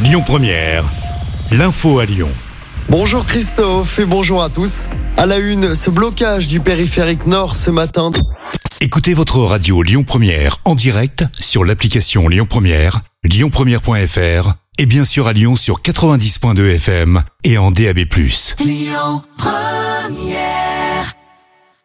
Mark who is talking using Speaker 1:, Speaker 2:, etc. Speaker 1: Lyon Première, l'info à Lyon.
Speaker 2: Bonjour Christophe et bonjour à tous. À la une, ce blocage du périphérique nord ce matin.
Speaker 1: Écoutez votre radio Lyon Première en direct sur l'application Lyon Première, lyonpremière.fr et bien sûr à Lyon sur 90.2 FM et en DAB+.
Speaker 3: Lyon Première